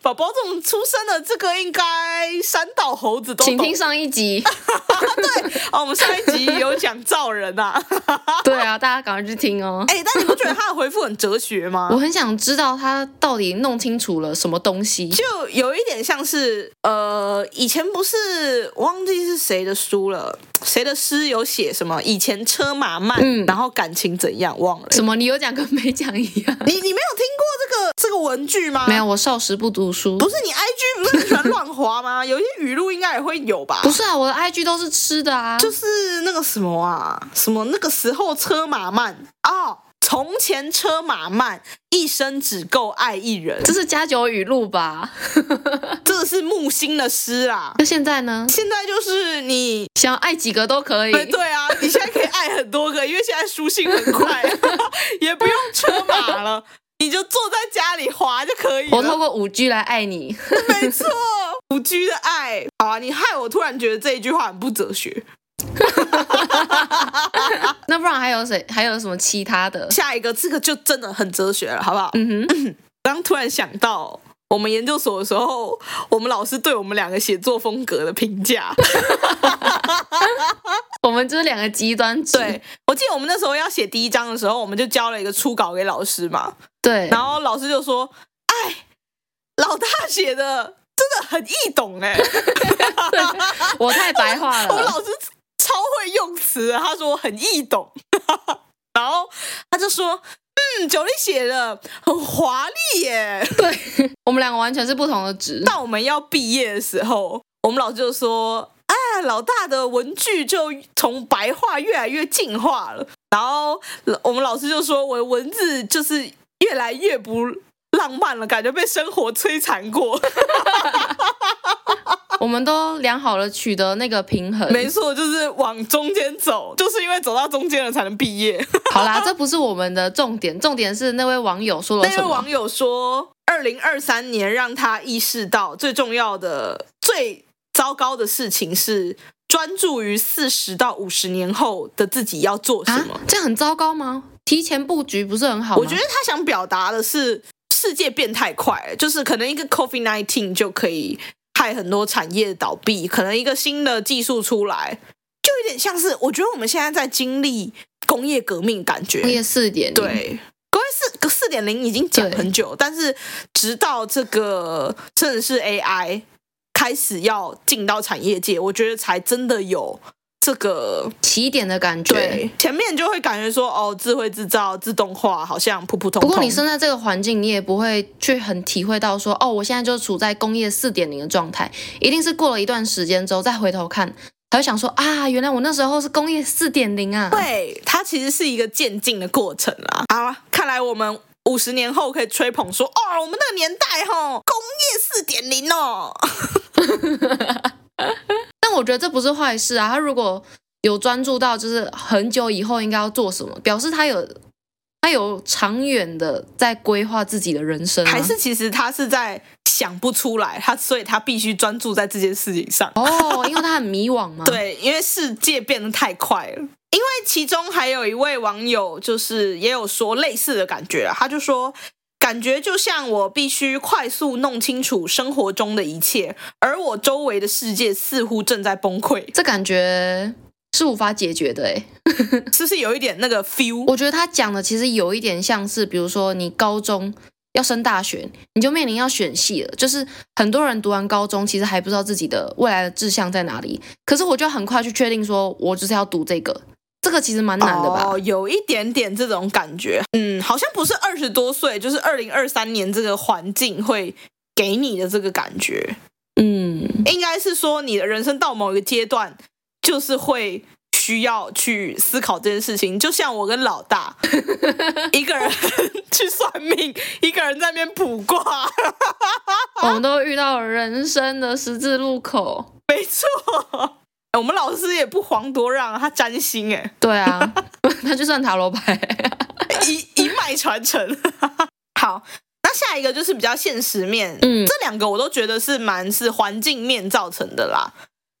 宝宝这种出生的，这个应该山道猴子都懂
请听上一
(laughs)
集。
哦。我们上一集有讲造人啊，
对啊，大家赶快去听哦。
(laughs) 哎、但你不觉得他的回复很哲学吗
我？很想知道他到底弄清楚了什么东西。
就有一点像是，呃，以前不是我忘记是谁的书了，谁的诗有写什么？以前车马慢，
嗯
然后感情怎样忘了。
什么？你有讲跟没讲一样？
你你没有听过这个这个文句吗？
没有，，我少时不读书。
不是你 IG 不是很喜欢乱滑吗？ (laughs) 有一些语录应该也会有吧
不？是啊，我的 IG 都是吃的啊。
就是那个什么啊，什么那个时候车马慢哦，从前车马慢，一生只够爱一人，
这是加酒语录吧？
这个是木心的诗啦。
那现在呢？
现在就是你
想爱几个都可以。
对对啊，你现在可以爱很多个，因为现在书信很 (laughs) 快，也不用车马了，你就坐在家里滑就可以了。
我透过五 G 来爱你。
没错，五 G 的爱。好啊，你害我突然觉得这一句话很不哲学。
那不然还有谁？还有什么其他的？
下一个这个就真的很哲学了，好不好？
嗯哼，
刚突然想到，我们研究所的时候，我们老师对我们两个写作风格的评价。
我们就是两个极端值。
对我记得我们那时候要写第一章的时候，我们就交了一个初稿给老师嘛，
对
然后老师就说：“哎，老大写的真的很易懂哎、
我太白话
(laughs) 我们
了。
老师超超会用词的，他说我很易懂， (laughs) 然后他就说，嗯，九力写的很华丽耶。
对，我们两个完全是不同的值。
到我们要毕业的时候，我们老师就说，哎，老大的文具就从白话越来越进化了，然后我们老师就说我的文字就是越来越不浪漫了，感觉被生活摧残过。 (laughs)
我们都良好的取得那个平衡。
没错，就是往中间走，就是因为走到中间了才能毕业。
好啦，这不是我们的重点，重点是那位网友说了
那
什
位
么。
网友说，二零二三年让他意识到最重要的、最糟糕的事情是专注于四十到五十年后的自己要做什么。
啊，这样很糟糕吗？提前布局不是很好吗？
我觉得他想表达的是，世界变太快了，就是可能一个 COVID nineteen 就可以害很多产业倒闭，可能一个新的技术出来，就有点像是我觉得我们现在在经历工业革命感觉。
工业四点零，
对，工业四四点零已经讲很久，但是直到这个真的是 AI 开始要进到产业界，我觉得才真的有这个
起点的感觉。
对，前面就会感觉说哦，智慧制造、自动化好像普普通
不
通。
过你身在这个环境，你也不会去很体会到说，哦，我现在就处在工业四点零的状态，一定是过了一段时间之后再回头看，才会想说啊，原来我那时候是工业四点零啊。，
对，它其实是一个渐进的过程啦。好了，看来我们五十年后可以吹捧说，哦，我们那个年代吼，工业四点零哦。
但我觉得这不是坏事啊。他如果有专注到，就是很久以后应该要做什么，表示他有他有长远的在规划自己的人生、啊。
还是其实他是在想不出来，他所以他必须专注在这件事情上。
哦，因为他很迷惘
(laughs)
嘛。，
对，因为世界变得太快了。因为其中还有一位网友，就是也有说类似的感觉啊，他就说，感觉就像我必须快速弄清楚生活中的一切，而我周围的世界似乎正在崩溃，
这感觉是无法解决的诶、
是不是有一点那个 feel？
我觉得他讲的其实有一点像是，比如说你高中要升大学，你就面临要选系了。就是很多人读完高中，其实还不知道自己的未来的志向在哪里，可是我就很快去确定说，我就是要读这个。这个其实蛮难的吧？
哦，有一点点这种感觉，嗯，好像不是二十多岁，就是二零二三年这个环境会给你的这个感觉。
嗯，
应该是说你的人生到某一个阶段，就是会需要去思考这件事情。就像我跟老
(laughs)
大一个人去算命，一个人在那边卜卦， (laughs)
(laughs) 我们都遇到了人生的十字路口。
没错。哎我们老师也不遑多让，他占星
(laughs)
哎，(laughs)
对啊，他就算塔罗牌。
一一脉传承。 (laughs) 好，那下一个就是比较现实面，
嗯
这两个我都觉得是蛮是环境面造成的啦。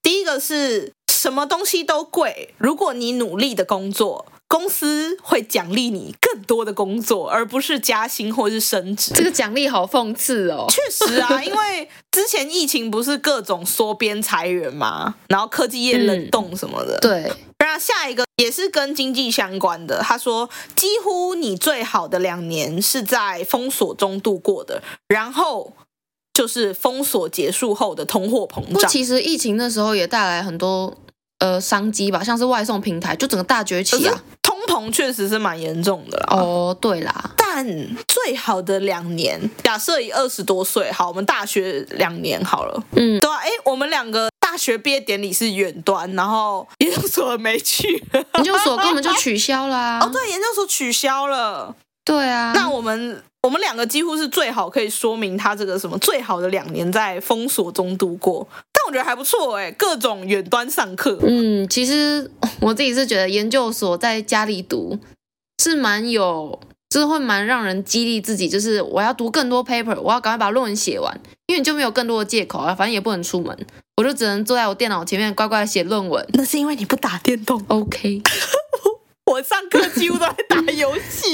第一个是什么东西都贵，如果你努力的工作，公司会奖励你更多的工作，而不是加薪或是升职。
这个奖励好讽刺哦。
确实
(laughs)
啊，因为之前疫情不是各种缩编裁员嘛，然后科技业冷冻什么的，
嗯对，
那下一个也是跟经济相关的，他说，几乎你最好的两年是在封锁中度过的，然后就是封锁结束后的通货膨
不过
胀。
其实疫情的时候也带来很多呃商机吧，像是外送平台，就整个大崛
可
起
是
啊。
通膨确实是蛮严重的啦。
哦，对啦，
但最好的两年，假设以二十多岁，好，我们大学两年好了，
嗯
对啊，哎，我们两个大学毕业典礼是远端，然后研究所没去，
研究所根本就取消啦。
哦，对，研究所取消了。
对啊，
那我们我们两个几乎是最好可以说明他这个什么最好的两年在封锁中度过，但我觉得还不错哎，各种远端上课，
嗯，其实我自己是觉得研究所在家里读是蛮有，就是会蛮让人激励自己，就是我要读更多 paper，我要赶快把论文写完，因为你就没有更多的借口啊，反正也不能出门，我就只能坐在我电脑前面乖乖地写论文。
那是因为你不打电动，
OK， (laughs)
我上课几乎都在打游 (laughs) 戏、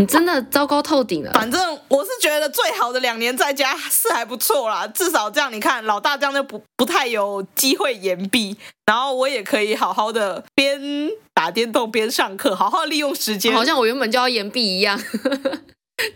你真的糟糕透顶了。
反正我是觉得最好的两年在家是还不错啦，至少这样你看老大这样就不不太有机会延毕，然后我也可以好好的边打电动边上课，好好利用时间。
好像我原本就要延毕一样， (laughs)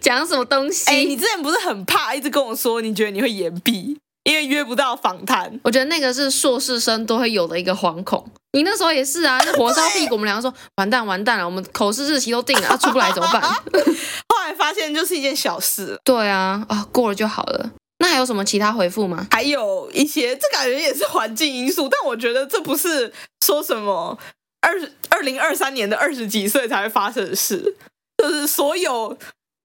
讲什么东西？
哎、你之前不是很怕，一直跟我说你觉得你会延毕，因为约不到访谈。
我觉得那个是硕士生都会有的一个惶恐，你那时候也是啊，那火烧屁股，我们两个说完蛋完蛋了，我们口试日期都定了，啊出不来怎么办？
(laughs)
(laughs)
后来发现就是一件小事，
对啊，啊过了就好了。那还有什么其他回复吗？
还有一些这感觉也是环境因素，但我觉得这不是说什么二二零二三年的二十几岁才会发生的事，就是所有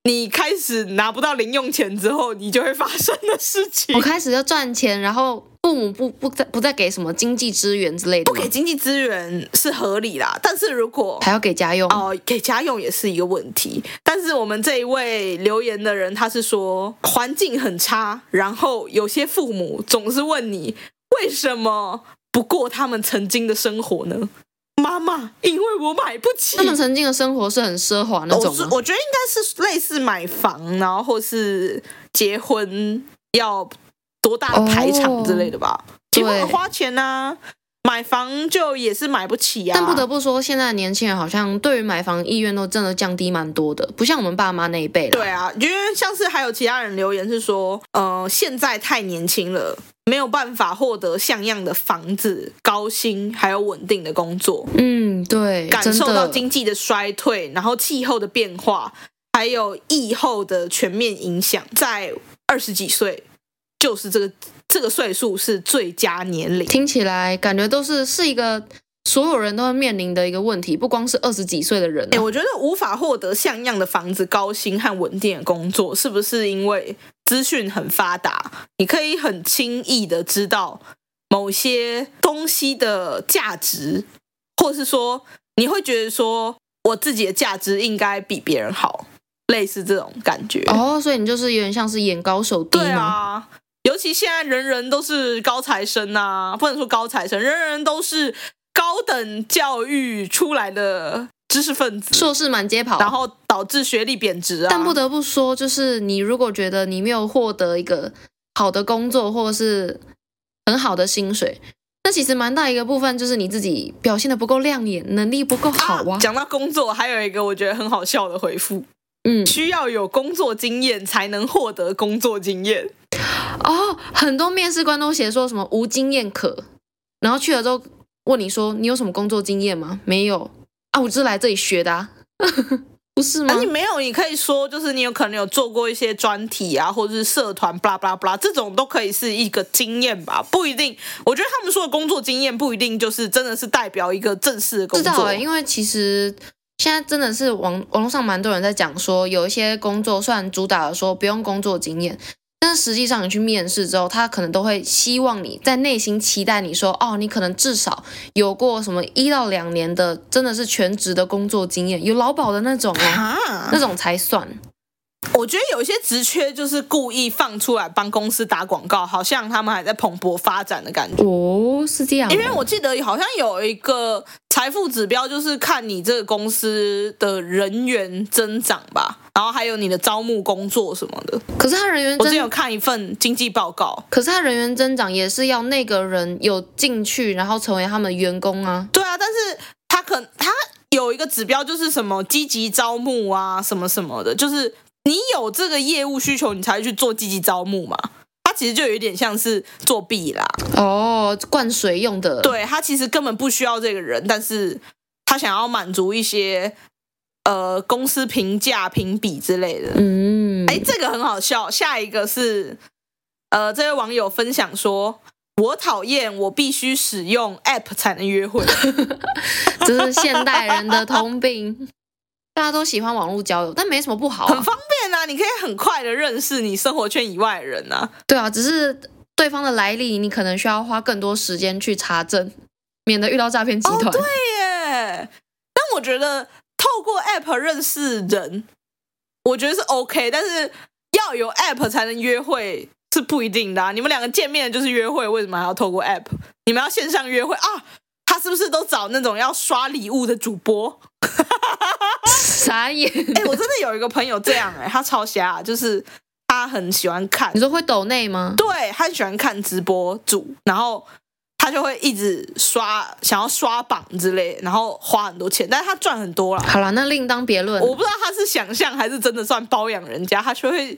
你开始拿不到零用钱之后，你就会发生的事情
我。开始要赚钱，然后父母不不再不再给什么经济支援之类的
不
吗，
给经济资源是合理啦，但是如果
还要给家用。
哦，给家用也是一个问题。但是我们这一位留言的人，他是说环境很差，然后有些父母总是问你为什么不过他们曾经的生活呢？妈妈，因为我买不起
他。们曾经的生活是很奢华那
我
种
是
吗？
我觉得应该是类似买房，然后或是结婚要多大的排场之类的吧。结婚很
哦对
花钱呐、买房就也是买不起呀、啊
但不得不说，现在的年轻人好像对于买房意愿都真的降低蛮多的，不像我们爸妈那一辈了。
对啊，因为像是还有其他人留言是说，呃，现在太年轻了，没有办法获得像样的房子、高薪还有稳定的工作，
嗯，对，
感
真
受到
的，
经济的衰退，然后气候的变化，还有疫后的全面影响，在二十几岁就是这个这个岁数是最佳年龄。
听起来感觉都是是一个所有人都会面临的一个问题，不光是二十几岁的人、
哎、
啊。
我觉得无法获得像样的房子、高薪和稳定的工作，是不是因为资讯很发达，你可以很轻易的知道某些东西的价值，或是说你会觉得说我自己的价值应该比别人好，类似这种感觉。
哦，所以你就是有点像是眼高手低
对
嘛。
啊，尤其现在人人都是高材生啊，不能说高材生，人人都是高等教育出来的知识分子。
硕士满街跑，
然后导致学历贬值啊。
但不得不说，就是你如果觉得你没有获得一个好的工作，或者是很好的薪水，那其实蛮大一个部分就是你自己表现的不够亮眼，能力不够好啊。
讲到工作，还有一个我觉得很好笑的回复：
嗯，
需要有工作经验才能获得工作经验。
哦，很多面试官都写说什么无经验可，然后去了之后问你说你有什么工作经验吗？没有啊，我就是来这里学的、啊， (laughs) 不欸是吗
而？且没有，啊你可以说就是你有可能有做过一些专题啊，或者是社团，blah blah blah，这种都可以是一个经验吧，不一定。我觉得他们说的工作经验不一定就是真的是代表一个正式的工
知道
作。
哎、因为其实现在真的是网网络上蛮多人在讲说，有一些工作虽然主打的说不用工作经验，但是实际上你去面试之后，他可能都会希望你在内心期待你说，哦，你可能至少有过什么一到两年的真的是全职的工作经验，有劳保的那种哦，
啊
那种才算。
我觉得有一些职缺就是故意放出来帮公司打广告，好像他们还在蓬勃发展的感觉。
哦，是这样哦、
因为我记得好像有一个财富指标，就是看你这个公司的人员增长吧，然后还有你的招募工作什么的。
可是他人员
我之前有
增，
看一份经济报告，
可是他人员增长也是要那个人有进去，然后成为他们的员工啊。
对啊，但是他可他有一个指标就是什么积极招募啊，什么什么的，就是你有这个业务需求，你才会去做积极招募嘛。它其实就有一点像是作弊啦，
哦，灌水用的。
对他其实根本不需要这个人，但是他想要满足一些呃公司评价、评比之类的。
嗯，
哎，这个很好笑。下一个是呃，这位网友分享说。我讨厌，我必须使用 app 才能约会。
(laughs)
(laughs)
这是现代人的
(laughs)
通病。大家都喜欢网络交友，但没什么不好
很
啊。
方便啊，你可以很快的认识你生活圈以外的人啊。
(laughs) 对啊，只是对方的来历，你可能需要花更多时间去查证，免得遇到诈骗集团。
哦对耶，但我觉得透过 app 认识人，我觉得是 OK，但是要有 app 才能约会是不一定的、啊。你们两个见面就是约会，为什么还要透过 app？你们要线上约会啊？他是不是都找那种要刷礼物的主播？
(laughs) 傻眼！
哎、我真的有一个朋友这样哎、他超瞎，就是他很喜欢看
你，说会抖内吗？
对他很喜欢看直播主，然后他就会一直刷，想要刷榜之类，然后花很多钱，但是他赚很多啦。
好啦，那另当别论。
我不知道他是想象还是真的算包养人家，他就会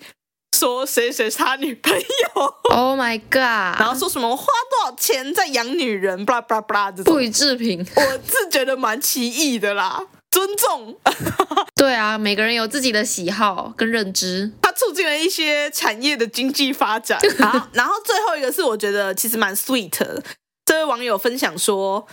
说谁谁是他女朋友，
Oh my
(laughs) 然
god！
后说什么我花多少钱在养女 (laughs) 人，巴拉巴拉巴拉这种
不，予置评。
我是觉得蛮奇异的啦。尊重，
对啊，每个人有自己的喜好跟认知。
它促进了一些产业的经济发 (laughs) 展。好，然后最后一个是我觉得其实蛮 sweet 的，这位网友分享说，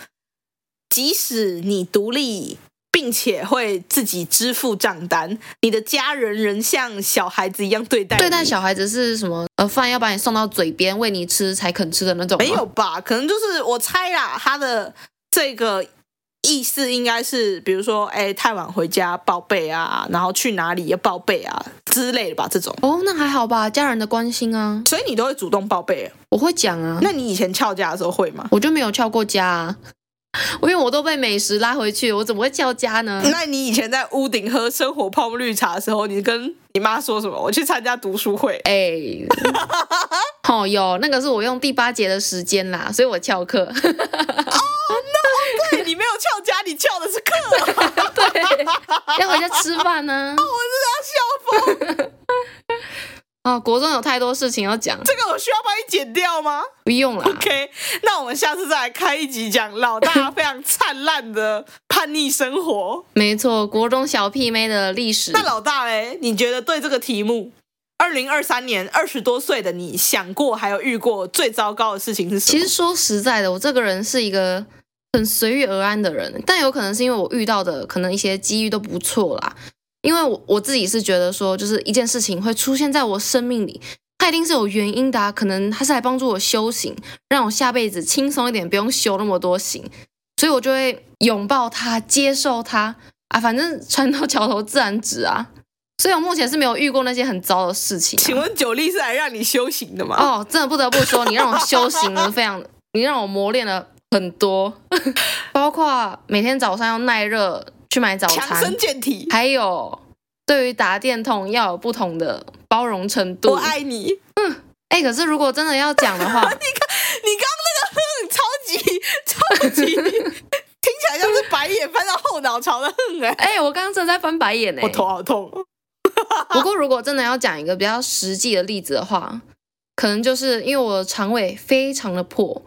即使你独立。并且会自己支付账单，你的家人仍像小孩子一样对待你
对待小孩子是什么？呃，饭要把你送到嘴边，喂你吃才肯吃的那种吗？
没有吧？可能就是我猜啦，他的这个意思应该是，比如说，哎，太晚回家报备啊，然后去哪里要报备啊之类的吧，这种。
哦，那还好吧，家人的关心啊，
所以你都会主动报备？
我会讲啊。
那你以前翘家的时候会吗？
我就没有翘过家、啊， (laughs) 因为我都被美食拉回去，我怎么会翘家呢？
那你以前在屋顶喝生活泡沫绿茶的时候，你跟你妈说什么？我去参加读书会。
哎、 (laughs) 哦哟，那个是我用第八节的时间啦，所以我翘课。 (laughs)
对你没有翘家，你翘的是课，
要回家吃饭
(laughs)
啊呢、
我是要笑疯。
(laughs) 哦，国中有太多事情要讲，
这个我需要帮你剪掉吗？ (laughs)
不用啦。
OK，那我们下次再来开一集讲老大非常灿烂的叛逆生活。
没错，国中小屁妹的历史
那。老大嘞，你觉得对这个题目，二零二三年二十多岁的你想过还有遇过最糟糕的事情是什么？
其实说实在的，我这个人是一个很随遇而安的人，但有可能是因为我遇到的可能一些机遇都不错啦。因为我我自己是觉得说，就是一件事情会出现在我生命里，它一定是有原因的、啊，可能它是来帮助我修行，让我下辈子轻松一点，不用修那么多行，所以我就会拥抱它，接受它啊，反正船到桥头自然直啊。所以我目前是没有遇过那些很糟的事情、啊。
请问九力是来让你修行的吗？
哦，真的不得不说，你让我修行了非常，你让我磨练了很多， (laughs) 包括每天早上要耐热去买早
强
餐
身，健体，
还有对于打电筒要有不同的包容程度。
我爱你。你
哎、可是如果真的要讲的
(laughs)
话，
刚刚那个哼，超级超
(laughs)
级，听起来像是白眼翻到后脑勺的哼哎、
哎、我刚刚真的在翻白眼呢、欸
我头好痛。
不过如果真的要讲一个比较实际的例子的话，可能就是因为我的肠胃非常的破，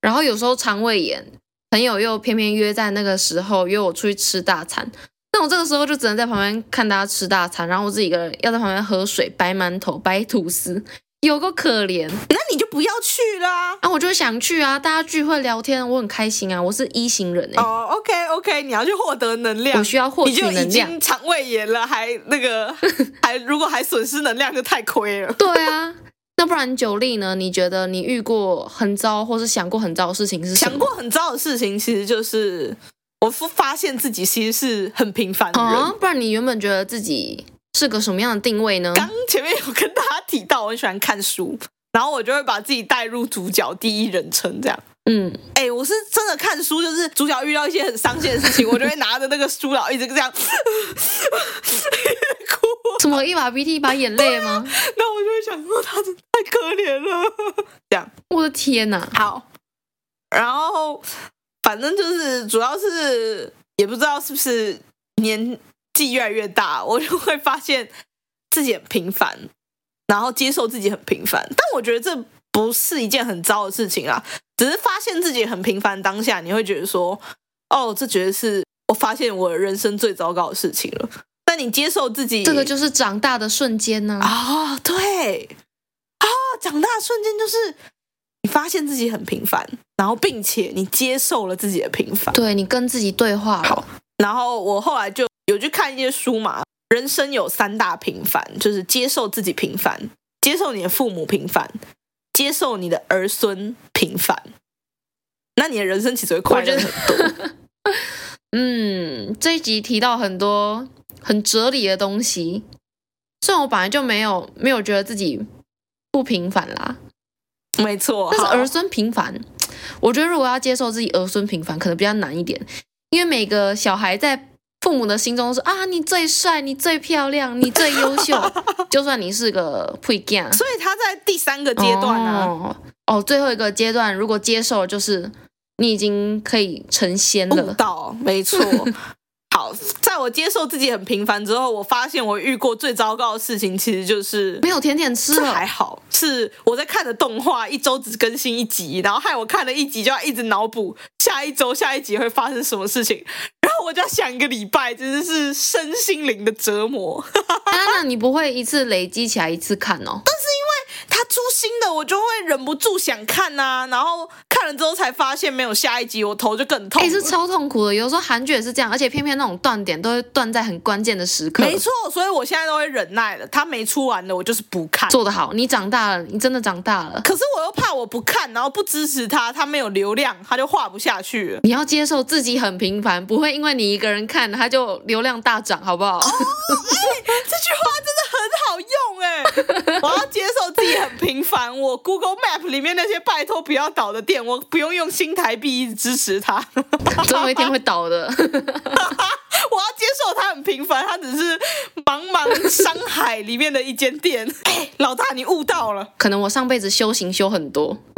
然后有时候肠胃炎，朋友又偏偏约在那个时候约我出去吃大餐，那我这个时候就只能在旁边看大家吃大餐，然后我自己一个人要在旁边喝水、白馒头、 (laughs) 白吐司，有够可怜。
那你就不要去啦。
啊，我就想去啊，大家聚会聊天，我很开心啊，我是一型人哎、
哦，OK，OK、o k OK，你要去获得能量，
我需要获取能量
你就已经肠胃炎了，还那
(laughs)
个，还如果还损失能量，就太亏了。
对啊。那不然九力呢？你觉得你遇过很糟，或是想过很糟的事情是什么？
想过很糟的事情，其实就是我发现自己其实是很平凡的人。
啊，不然你原本觉得自己是个什么样的定位呢？
刚前面有跟大家提到，我很喜欢看书，然后我就会把自己带入主角第一人称这样。
嗯，
哎、我是真的看书，就是主角遇到一些很伤心的事情，我就会拿着那个书，然后一直这样 (laughs) 哭，
什么一把鼻涕一把眼泪吗？
然后我就会想说他真的太可怜了，这样。
我的天哪、
好，然后反正就是主要是也不知道是不是年纪越来越大，我就会发现自己很平凡，然后接受自己很平凡。但我觉得这不是一件很糟的事情啦，只是发现自己很平凡当下，你会觉得说，哦，这绝对是我发现我人生最糟糕的事情了。但你接受自己，
这个就是长大的瞬间呢、
啊、对啊、长大的瞬间就是你发现自己很平凡，然后并且你接受了自己的平凡。
对你跟自己对话了，
然后我后来就有去看一些书嘛，人生有三大平凡，就是接受自己平凡，接受你的父母平凡，接受你的儿孙平凡。那你的人生其实会快乐
我觉
很
得
多。
嗯，这一集提到很多很哲理的东西，虽然我本来就没有没有觉得自己不平凡啦，
没错，
(laughs) 但是
哦好
儿孙平凡，我觉得如果要接受自己儿孙平凡，可能比较难一点，因为每个小孩在父母的心中都是啊，你最帅，你最漂亮，你最优
(laughs)
秀，就算你是个 p r e g a n
所以他在第三个阶段啊呢、
哦哦，最后一个阶段，如果接受，就是你已经可以成仙
悟
了。 (laughs)
道，没错。好，好，在我接受自己很平凡之后，我发现我遇过最糟糕的事情，其实就是
没有甜点吃
这还
了。
好，是我在看的动画，一周只更新一集，然后害我看了一集就要一直脑补下一周、下一集会发生什么事情，然后我就要想一个礼拜，真的是身心灵的折磨。
哎那那你不会一次累积起来一次看哦？
他出新的，我就会忍不住想看呐、然后看了之后才发现没有下一集，我头就更痛
哎、
了。
是超痛苦的。有时候韩剧也是这样，而且偏偏那种断点都会断在很关键的时刻。
没错，所以我现在都会忍耐了。他没出完的，我就是不看。
做得好，你长大了，你真的长大了，
可是我又怕我不看，然后不支持他，他没有流量，他就画不下去了。
你要接受自己很平凡，不会因为你一个人看它就流量大涨，好不好？
这句话真的很好
(laughs)
用哎、我要接受自己很平凡。我 Google Map 里面那些拜托不要倒的店，我不用用新台币一直支持他。
(laughs) 总有一天会倒的。
(laughs) 我要接受他很平凡，他只是茫茫商海里面的一间店。哎老大，你悟到了。
可能我上辈子修行修很多。 (laughs)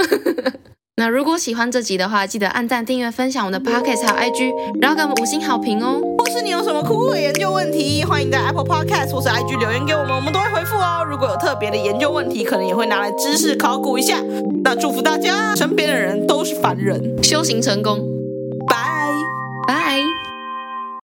那如果喜欢这集的话，记得按赞、订阅、分享我们的 podcast 还有 IG，然后给我们五星好评哦。
或是你有什么酷酷的研究问题，欢迎在 Apple Podcast 或是 IG 留言给我们，我们都会回复哦。如果有特别的研究问题，可能也会拿来知识考古一下。那祝福大家，身边的人都是凡人。
修行成功。